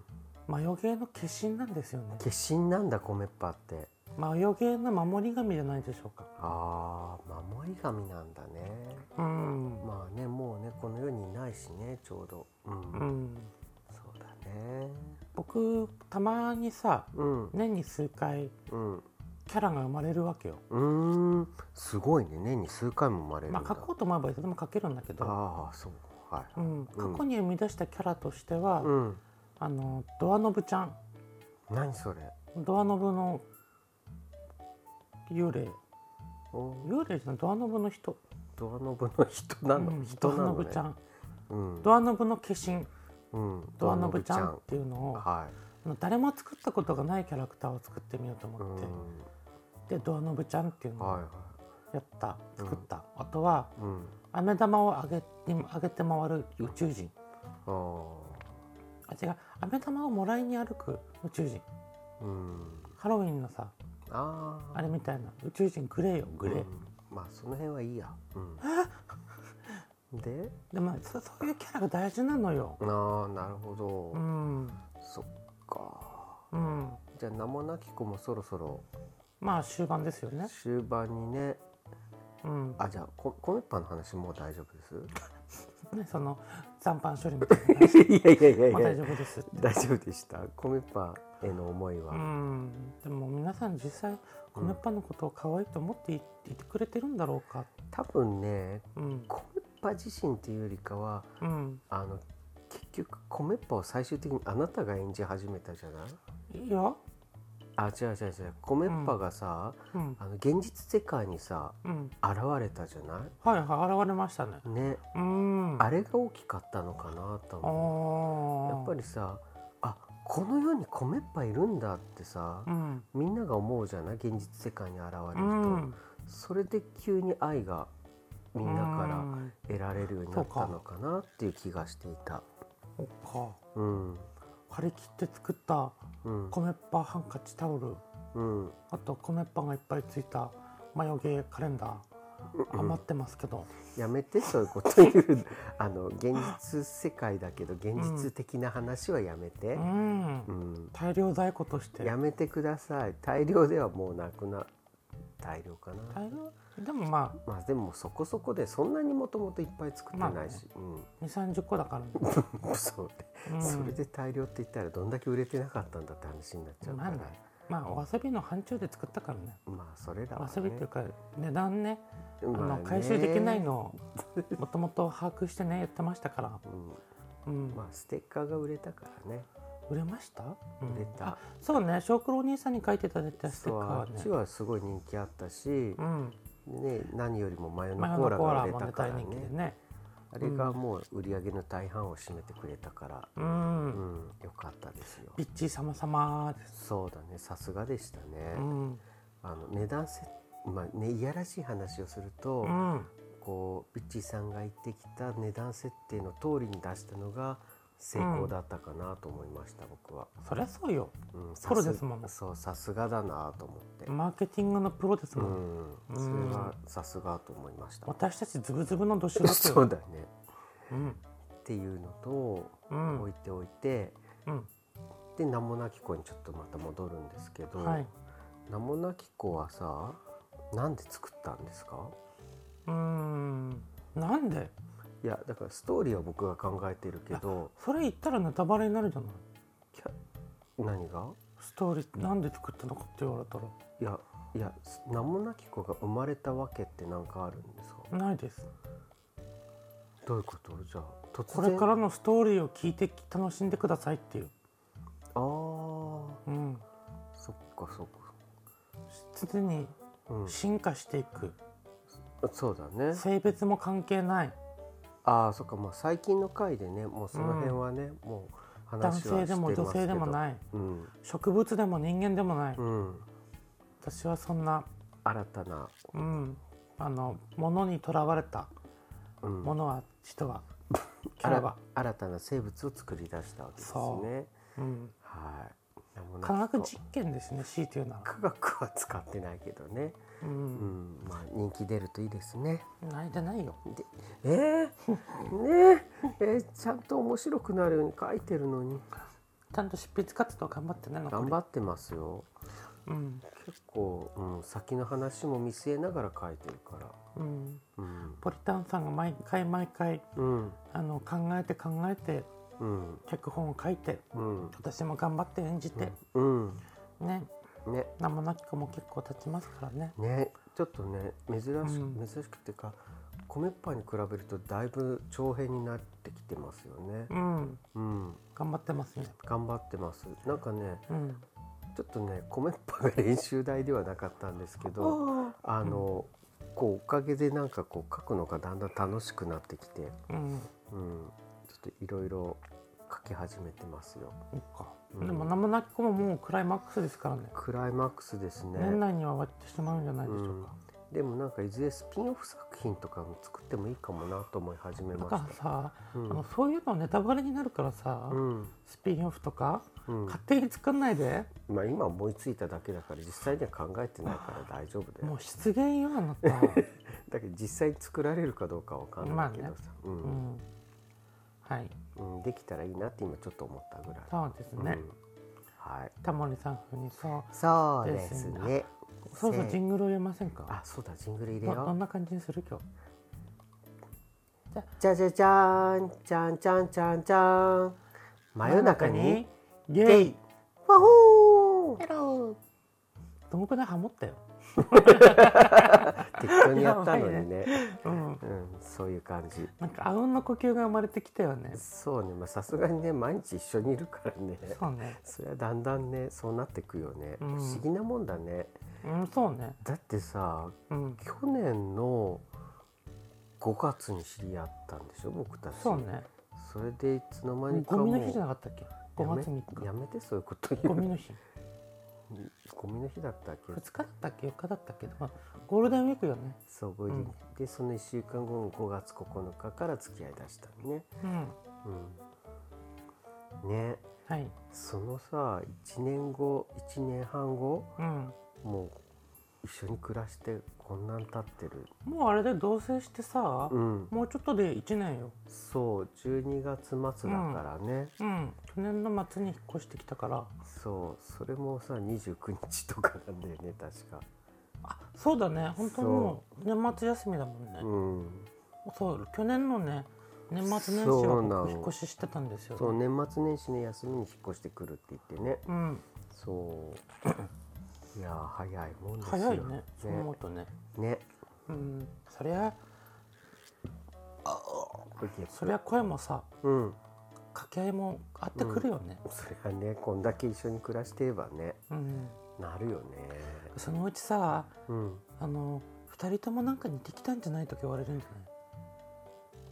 マヨゲーの化身なんですよね
化身なんだ米っぱって
マヨゲーの守り神じゃないでしょうか
ああ守り神なんだね
うん、
まあねもうねこの世にいないしねちょうどうん、
うん、
そうだね
僕たまにさ
うん
年に数回
うん
キャラが生まれるわけよ
うーんすごいね年に数回も生まれるん
ま
だ、
あ書こうと思えばいつでも書けるんだけど、
ああそうは
う
い
ん、過去に生み出したキャラとしては、
うん
あのドアノブちゃん
何それ
ドアノブの幽霊
お
幽霊じゃないドアノブの人
ドアノブの人なの、
うん
人な
ドアノ
の
ブ
ね
ちゃん
うん
ドアノブの化身
うん
ドアノブちゃんっていうのを
は
あの誰も作ったことがないキャラクターを作ってみようと
い、う
思って、
ん、
でドアノブちゃんっていうのを
はいは
やった
うん
作った、あとはい
うん
飴玉をあげにあげて回る宇宙人
あ
あ違う飴玉をもらいに歩く宇宙人
あうん
ハロウィンのさ
ああ
あれみたいな宇宙人グレーよグレー、
うんまあその辺はいいや、うん、で
でもそそういうキャラが大事なのよ
ああなるほど、
うん
そっか
うん
じゃあ名もなき子もそろそろ
まあ終盤ですよね
終盤にね
うん
あじゃあこ米パンの話もう大丈夫で
ねその残飯処理みたいな話
す いやいやいやい
まあ
や
大丈夫ですって
大丈夫でした米パンへの思いうは、
んでも皆さん実際米パンのことを可愛いと思っていいてくれてるんだろうか
多分ね
うん
米パン自身っていうよりかは
うん
あの結局米パンを最終的にあなたが演じ始めたじゃない
いいよ
あ違う違う違う米パンがさ、
うん
あの現実世界にさ
うん
現れたじゃな
はいはい現れましたね
いね、
うん
あれが大きかったのかなと
あ
思うや
ー
っぱりさあこの世に米っぱいるんだってさ、
うん
みんなが思うじゃない現実世界に現れ
う
る人、
ん
それで急に愛がみんなから
うん
得られるようになったのかなっていう気がしていた
そっか
うん
張り切って作った
うん
米っぱハンカチタオル
うん
あと米っぱがいっぱいついたマヨゲーカレンダー余ってますけど、
やめてそういうこと言う あの現実世界だけど現実的な話はやめて
う、ん
うん
大量在庫として
やめてください大量ではもうなくな大量かな
大量でもま
まあでもそこそこでそんなにもともといっぱい作ってないし、
あ2 3 0個だからね、
うん、そう
うん
それで大量って言ったらどんだけ売れてなかったんだって話になっちゃうか
まあ
ら、
ねまあお遊びの範疇で作ったからね
まあそれらは、ね、
遊びっていうか値段ねあ
ま
の
あね
回収できないのをもともと把握してね言ってましたから、
う
うん
ん、まあステッカーが売れたからね
売れました、うん
売れた
あそうね小黒お兄さんに書いていただいたステ
そ
ッ
う
カー
あ
は
っち
ね
はすごい人気あったし、
うん
ね、何よりもマヨの
マヨ
コー
の
ラ
コー
が
ラ
売れ
も
た
ね
か
大
らね
人気でね
あれがもう売り上げの大半を占めてくれたから、
う
うんんよかったですよ
ビッチー様様です、
そうだねさすがでしたね、
うん
あの値段せ、まあね、いやらしい話をすると、
うん、
こうピッチーさんが言ってきた値段設定の通りに出したのが成功だったかなと思いました、僕は、
そりゃそうよ
うん、さ
プロですもんね
そうさすがだなと思って、
マーケティングのプロです
う
もん、
ん
うん
それはさすがと思いました、
私たちズブズブのど素人よ
そうだね
うん
っていうのと、
うん
置いておいて
うん
で名もなき子にちょっとまた戻るんですけど、
はい
名もなき子はさなんで作ったんですか
うーんなんで
いやだからストーリーは僕が考えてるけど
それ言ったらネタバレになるじゃない
キャ何が
ストーリーなんで作ったのかって言われたら
いやいやす名もなき子が生まれたわけって何かあるんですか
ないです
どういうことじゃあ突
こ
然
れからのストーリーを聞いて楽しんでくださいっていう、
あー
うん、
そっかそっ
常に
か、うん、
進化していく
そうだね
性別も関係ない
ああそっかまあ最近の回でねもうその辺はね、もう話は
男
してますけ
性で
ど
も女性でも
い
ない
うん、
植物でも人間でもない、
うん、
私はそんな、
新たな、
うん、あの物にとらわれた
うん、
ものは 人はキャラ
新
は、
新たな生物を作り出したわけです
そ
ね
うん、
はいやもうなん
科
か
学実験ですね強いて言うなら、
科学は使ってないけどね、
う、
うんん、まあ人気出るといいですね。
泣いてないよ
えー、ねええーちゃんと面白くなるように書いてるのに
ちゃんと執筆活動頑張ってね残り
頑張ってますよ。
うん
結構、うん、先の話も見据えながら書いてるから。
うん
うん、
ポリタンさんが毎回毎回
うん、
あの考えて考えて
うん、
脚本を書いて
うん、
私も頑張って演じて、
うん、
ね
ね。
名もなき子も結構経ちますからね
ねちょっとね珍し,、
うん
珍しくてか米パンに比べるとだいぶ長編になってきてますよね
う、ん
うん、
頑張ってますね
頑張ってますなんかね
うん
ちょっとね米パンが練習台ではなかったんですけどあの、こうおかげでなんかこう書くのがだんだん楽しくなってきて、
うん
うん、ちょっといろいろ書き始めてますよ
そっか、
うん
でも名もなき子ももうクライマックスですからね
クライマックスですね
年内には終わってしまうんじゃないでしょうか、
でもなんかいずれスピンオフ作品とかも作ってもいいかもなと思い始め
だ
ま
から
し
さ、
た、うん
あのそういうのはネタバレになるからさ、
うん
スピンオフとか、
うん、
勝手に作んないで
まあ今思いついただけだから実際には考えてないから大丈夫だ
も
よ
う失言よあ なた、
だけど実際に作られるかどうかわかんないけどさ、
う
うん
ん、はい
うんできたらいいなって今ちょっと思ったぐらい、
そうです
うん
ね、
はい
タモリさん風にそう
そうですね
そうそう
せ
ジングルを入れませんか
あそうだジングル入れ
どど
よ
んな感じにする今日
うじゃじゃじゃーんじゃんじゃんじゃんじゃーん真夜中に
ゲ
ゲ
イ
イわほー
ヘローどのくらいハモったよ、
適当にやったのにね
うん、
うん、そういう感じ
なんかあうんの呼吸が生まれてきたよね
そうねまあさすがにね毎日一緒にいるからね
そうね
それはだんだんねそうなってくよね、
うん
不思議なもんだね
うんそうね
だってさ
うん
去年の5月に知り合ったんでしょ僕たち
そうね
それでいつの間にか
ゴ
も
ミの日じゃなかったっけ
やめ
5月3日
やめてそういうこと言
ゴ
う
ミの日
ゴミの日だったっけ
2日だったっけ4日だったっけ、まあ、ゴールデンウィークよね
そうゴールデンウィークでその1週間後の5月9日から付き合いだしたのね、
うん
うん、ね
はい
そのさ1年後1年半後
うん
もう一緒に暮らしてこんなん経ってる
もうあれで同棲してさ、
うん
もうちょっとで1年よ
そう12月末だからね、
うん去年の末に引っ越してきたから
そうそれもさ29日とかなんだよね確か
あそうだね本当にもう年末休みだもんね、
うん
そう去年のね年末年始
そ
は
うなの
僕引っ越ししてたんですよ
そう年末年始の休みに引っ越してくるって言ってね
うん
そう いやー早いもんですよ
早いねそう思うとね
ねね
うんそりゃ
これゲップ
そりゃ声もさ
うん
掛け合いもあってくるよね
それはねこんだけ一緒に暮らしてればね
うん、
なるよね
そのうちさ
うん
あの2人ともなんか似てきたんじゃないとか言われるんじゃない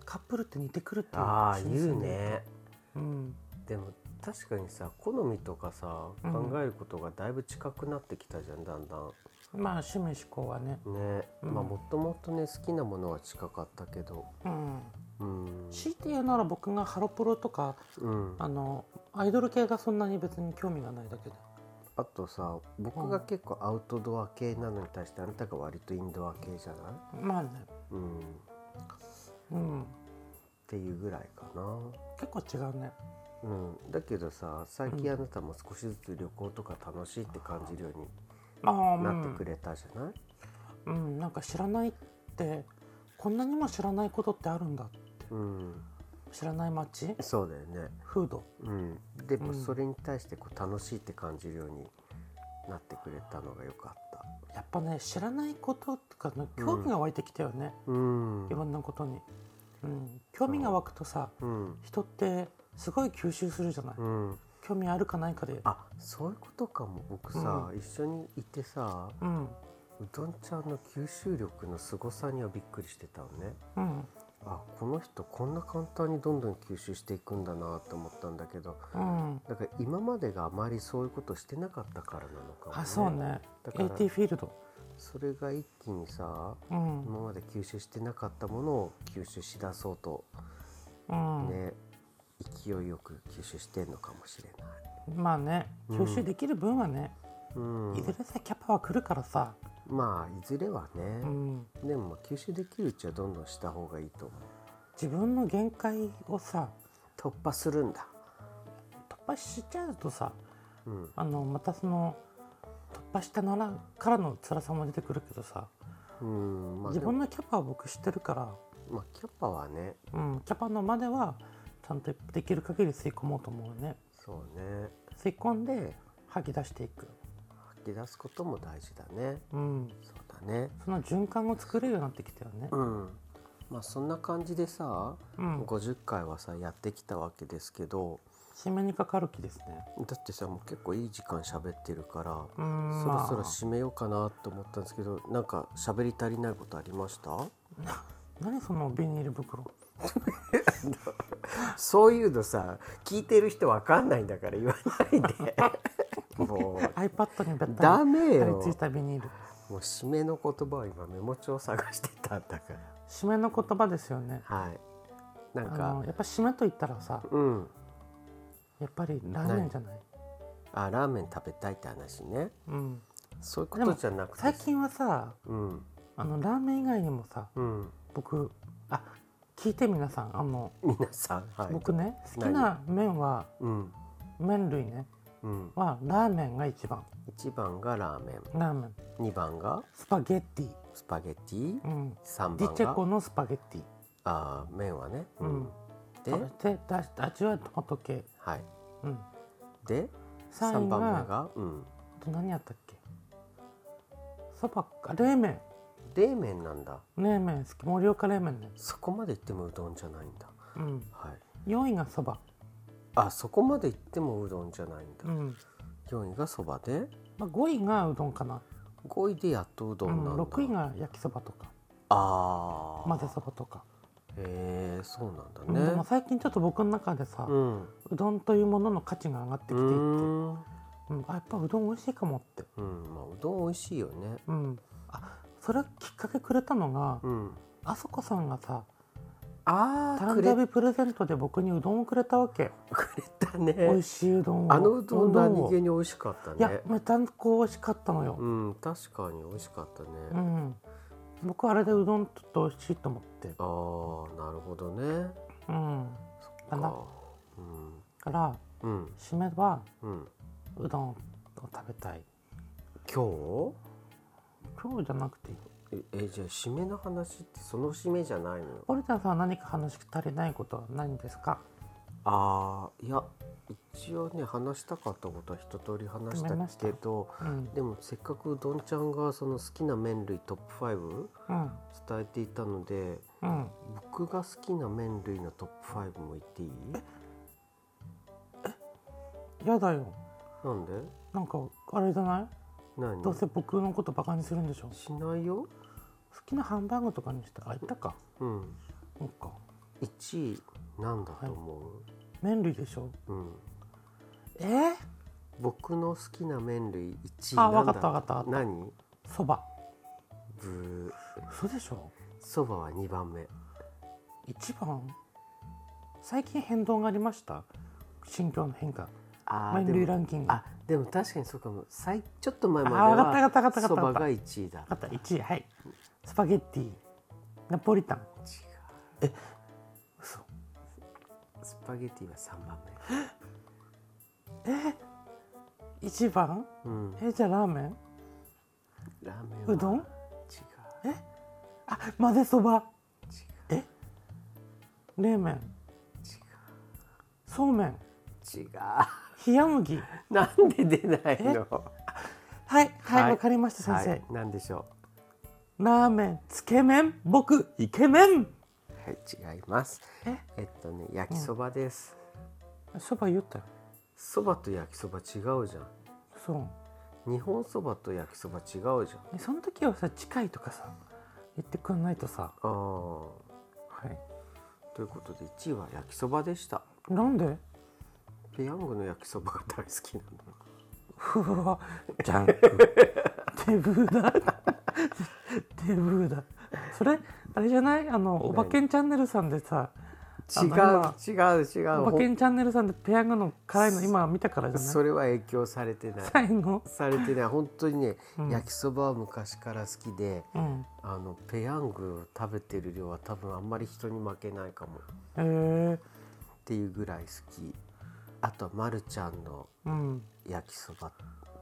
カップルって似てくるっていう
ああ
一緒に
言
住
うん
でると
ね
うん
でも確かにさ好みとかさ
うん
考えることがだいぶ近くなってきたじゃんだんだん
まあ趣味思考はね
ね、
うん
まあもっともっとね好きなものは近かったけど
うん
うん、
強いて言うなら僕がハロプロとか
うん、
あのアイドル系がそんなに別に興味がないだけで
あとさ僕が結構アウトドア系なのに対してあなたが割とインドア系じゃない、
まあね
うん、っ
うん
ていうぐらいかな、
結構違うね
うん、だけどさ最近あなたも少しずつ旅行とか楽しいって感じるよう
ああ
になってくれたじゃない、
うん、うん、なんか知らないってこんなにも知らないことってあるんだって
うん
知らない街
そうだよね、
フード
うん、でも
うん
それに対してこう楽しいって感じるようになってくれたのが良かった。
やっぱね知らないこととかの興味が湧いてきたよね、
うん、
いろんなことに、うん、興味が湧くとさ
うん、
人ってすごい吸収するじゃない、
うん
興味あるかないかで
あそういうことかも僕さ、一緒にいてさ
うん
うどんちゃんの吸収力の凄さにはびっくりしてたのね
うん
あこの人こんな簡単にどんどん吸収していくんだなと思ったんだけど
うん
だから今までがあまりそういうことしてなかったからなのかも、ね、
あそうね
だから
AT フィールド
それが一気にさ
うん
今まで吸収してなかったものを吸収しだそうと
うん、
ね、勢いよく吸収してんのかもしれない
まあね吸収できる分はね、
うん
いずれさキャパは来るからさ、
まあいずれは
う
ね、
ん、
でもまあ吸収できるうちはどんどんした方がいいと思う
自分の限界をさ
突破するんだ
突破しちゃうとさ
うん
あのまたその突破したならからの辛さも出てくるけどさ、
うんまあ
自
で
分
も
のキャパは僕知ってるから、
まあキャパはね
うん、キャパのまではちゃんとできる限り吸い込もうと思うね
そうね
吸い込んで吐き出していく、
吐き出すことも大事だね
うん、
そうだね
その循環を作れるようになってきたよね、
うんまあそんな感じでさ、
うん、
50回はさやってきたわけですけど
締めにかかる気ですね
だってさもう結構いい時間喋ってるから
うーん
そろそろ
まあ
締めようかなと思ったんですけど、なんか喋り足りないことありました？
何そのビニール袋
そういうのさ、聞いてる人わかんないんだから言わないで。 も
iPad にべ
う
った
ダ
り
メ
貼り
よ
付。いたビニール
もう締めの言葉を今メモ帳探してたんだから。
締めの言葉ですよね
はい。な
あ
ん
の
か、
やっぱ締めと言ったらさ
うん。
やっぱりラーメンじゃない、
あ、ラーメン食べたいって話ね。
うん、
そういうこ
で
と
も
じゃなくて。
最近はさ
うん。
あのラーメン以外にもさ
うん。
僕あ聞いて皆さんあの、
皆さん、はい。
僕ね好きな麺は
うん。
麺類ね
うん。
はラーメンが一番
一番がラーメン、
ラーメン
二番が
スパゲッティ、
スパゲッティ
う、ん、
三
デ
番
ィチェ
が
コのスパゲッティ
あー麺はね、
うん
で、
そしてだし味はトマト系、
はい、
うん、
で
3
3
位
番目
が
が、うん、
あと何やったっけそばか冷麺
冷麺なんだ
冷麺好き盛岡冷麺ね、
そこまで行ってもうどんじゃないんだ、
うん、
はい、
4位がそば、
あそこまで行ってもうどんじゃないんだ、
うん
四4位がそばで
まあ、5位がうどんかな、
5位でやっとうど
うん
なんだ、
ん、6位が焼きそばとか
あー
混ぜそばとか、
へえそうなんだ
うんでも
ね
最近ちょっと僕の中でさ、う
うん
どんというものの価値が上がってきていて、
う
うん
ん
あやっぱうどん美味しいかもって、
うんまあうどん美味しいよね
うん、あそれはきっかけくれたのが、
うん
あそこさんがさ
あー
誕
くれ
生日プレゼントで僕にうどんをくれたわけ
くれた
美
ね
味しいうどんを
あのうどん何気
い
に美味しかった
や
ね
めたんこ美味しかったのよ、
うん確かに美味しかったね、
うん、僕あれでうどんちょっと美味しいと思って、
あーなるほどね
うん、かな
かうん
から
うん
締めは
うん
うどんを食べたい
今
今日じゃなくていい
日ええじゃあ締めの話ってその締めじゃないのよ
オルちゃんさんは何か話し足りないことは何ですか
あーいや一応ね話したかったことは一通り話した
ごめんなさ
け
い
ど
うん
でもせっかくうどんちゃんがその好きな麺類トップ5
うん
伝えていたので
うん
僕が好きな麺類のトップ5も言っていい
やだよ
なんで
なんかあれじゃない
何
どうせ僕のことバカにするんでしょ好
しないよ
きなハンバーグとかにしてあいたか
うん
そっか
1位なんだと思う、
麺類でしょ
うん
えー
僕の好きな麺類1位
あ
なんだ
わかったわかったわかった
何
そば
ブ
嘘でしょ
そばは2番目
一番最近変動がありました心境の変化
あー
麺
で
類
も
ランキング
あでも確かにそうかも最ちょっと前まで
あわかったわかったわ
は
かった
そ
わか
ば
った
が1位だ
あった1位はいスパゲッティナポリタン嘘
スパゲティは3番目
一番
うん
えじゃあラーメン
ラーメンは
う
違
ど
うん
あ混ぜそば
違う
え冷麺そうめん
違う違う
冷や麦
なんで出ないの
はいは
は
いわ
い、
かりました先生、
はい、なんでしょ
ラーメンつけ麺僕イケメン
うはい違います
え
えっとね焼きそばです
そば言ったよ
そばと焼きそば違うじゃん
そう
日本そばと焼きそば違うじゃん
えその時はさ近いとかさ言ってくんないとさ
あー
はい
ということで1位は焼きそばでした
なんで
ペヤングの焼きそばが大好きなんだ
うわジャンクデブだデブだそれあれじゃないあのおばけんチャンネルさんでさ
違う
あ
違う違
お
う
ばけんチャンネルさんでペヤングの辛いの今見たから
ほん
じゃない
それは影響されて ない
最後
されてない本当にね、
うん
焼きそばは昔から好きで
うん
あのペヤング食べてる量は多分あんまり人に負けないかもっ
へえ
ていうぐらい好きあとまるちゃんの
うん
焼きそば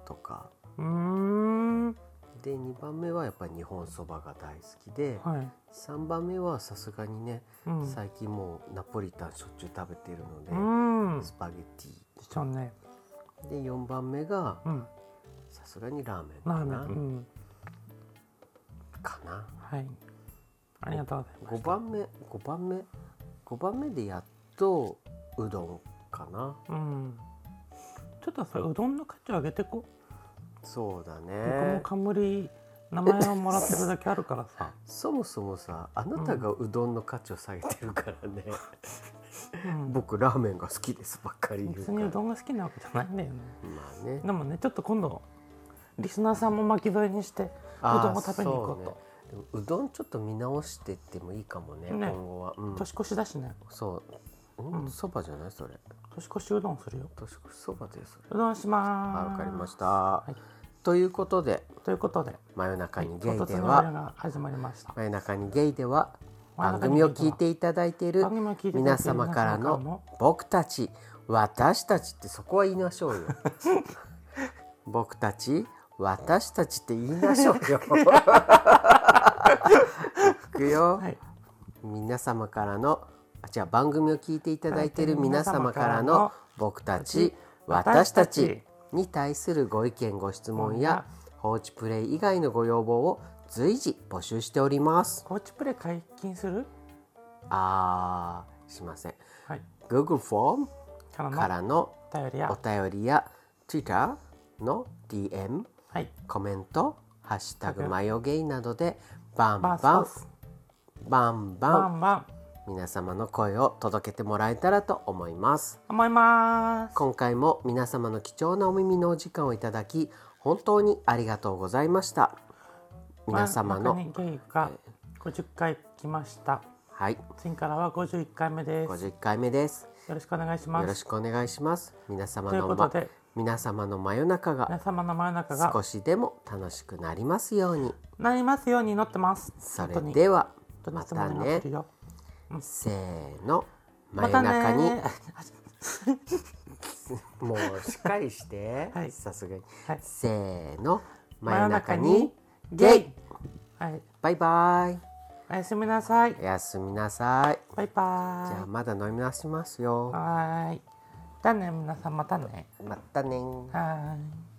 とか
うーん
で2番目はやっぱり日本そばが大好きで
はい、
3番目はさすがにね
うん、
最近もうナポリタンしょっちゅう食べてるので、
うん
スパゲテ
そうね
ィで4番目が
うん
さすがにラーメン
ラ
か
ーメ
な
ンうん
かな
はいありがとうござい
5番目5番目5番目でやっとうどんかな
ますうんちょっとそれうどんの価値を上げてこ、
そうだ
僕も
ね
冠名前をもらってるだけあるからさ、
そもそもさあなたがうどんの価値を下げてるからね、
うん、
僕ラーメンが好きですばっかり言う
別
か
に
ら
うどんが好きなわけじゃないんだよね
まあね
でもねちょっと今度リスナーさんも巻き添えにしてう
あー
どんを食べに行こうと
そねでもうどんちょっと見直してってもいいかもね
ね
今後は、うん、
年越しだしね
そう
うん
んそば、じゃないそれ
年越しうどんするよ
年越しそばでそれ
うどんし
あ
まーす
わかりました、
い
ということで
ということで
真夜中にゲイ
唐突
で
の
は、
メールが始まりました
真夜中にゲイでは番組を聞いていただいている
番組を聞いていただいている
皆様から
皆様
の
からの
僕たち私たちってそこは言いましょうよ 僕たち私たちって言いましょうよ いくよ、
はい
皆様からのあじゃあ番組を聞いていただいている皆様からの僕たち私
私
た
た
ち
ち
に対するご意見ご質問や放置プレイ以外のご要望を随時募集しております
コーチプレイ解禁する
あーしません
はい
Google フォー
から
ム
の
からの
お便りや
お便りや Twitter の DM
はい
コメント「ハッシュタグマヨゲイ」などでバンバ
バ
ン
ースバス
バンバン
バンバン
皆様の声を届けてもらえたらと思います
思います
今回も皆様の貴重なお耳のお時間をいただき本当にありがとうございました皆様
真ん
の
中にゲイが50回来ました
はい
次からは51回目です
50回目です
よろしくお願いし
よ
ま
ろ
す
しくお願いします皆様
という
の、
こと
ま
で、
皆様の真夜中が
皆様の真夜中が
少しでも楽しくなりますように
なりますように祈ってます
それ
本当に
では
本当に
ま
いつも
た
祈っ
ね
てるよ
せーの真
ま
夜
たね
中に、
ー
もうしっかりして、
はい
さすがに、
はい
せーの真
真
夜中
夜中
に
に
ゲ
ゲ
イ
イはい
バイバイ
おやすみなさい
おやすみなさい。
バイ
じゃあ
バ
まだ飲み出します
ーイ
よ。
はーいだね皆さんまたね
またねー
はーい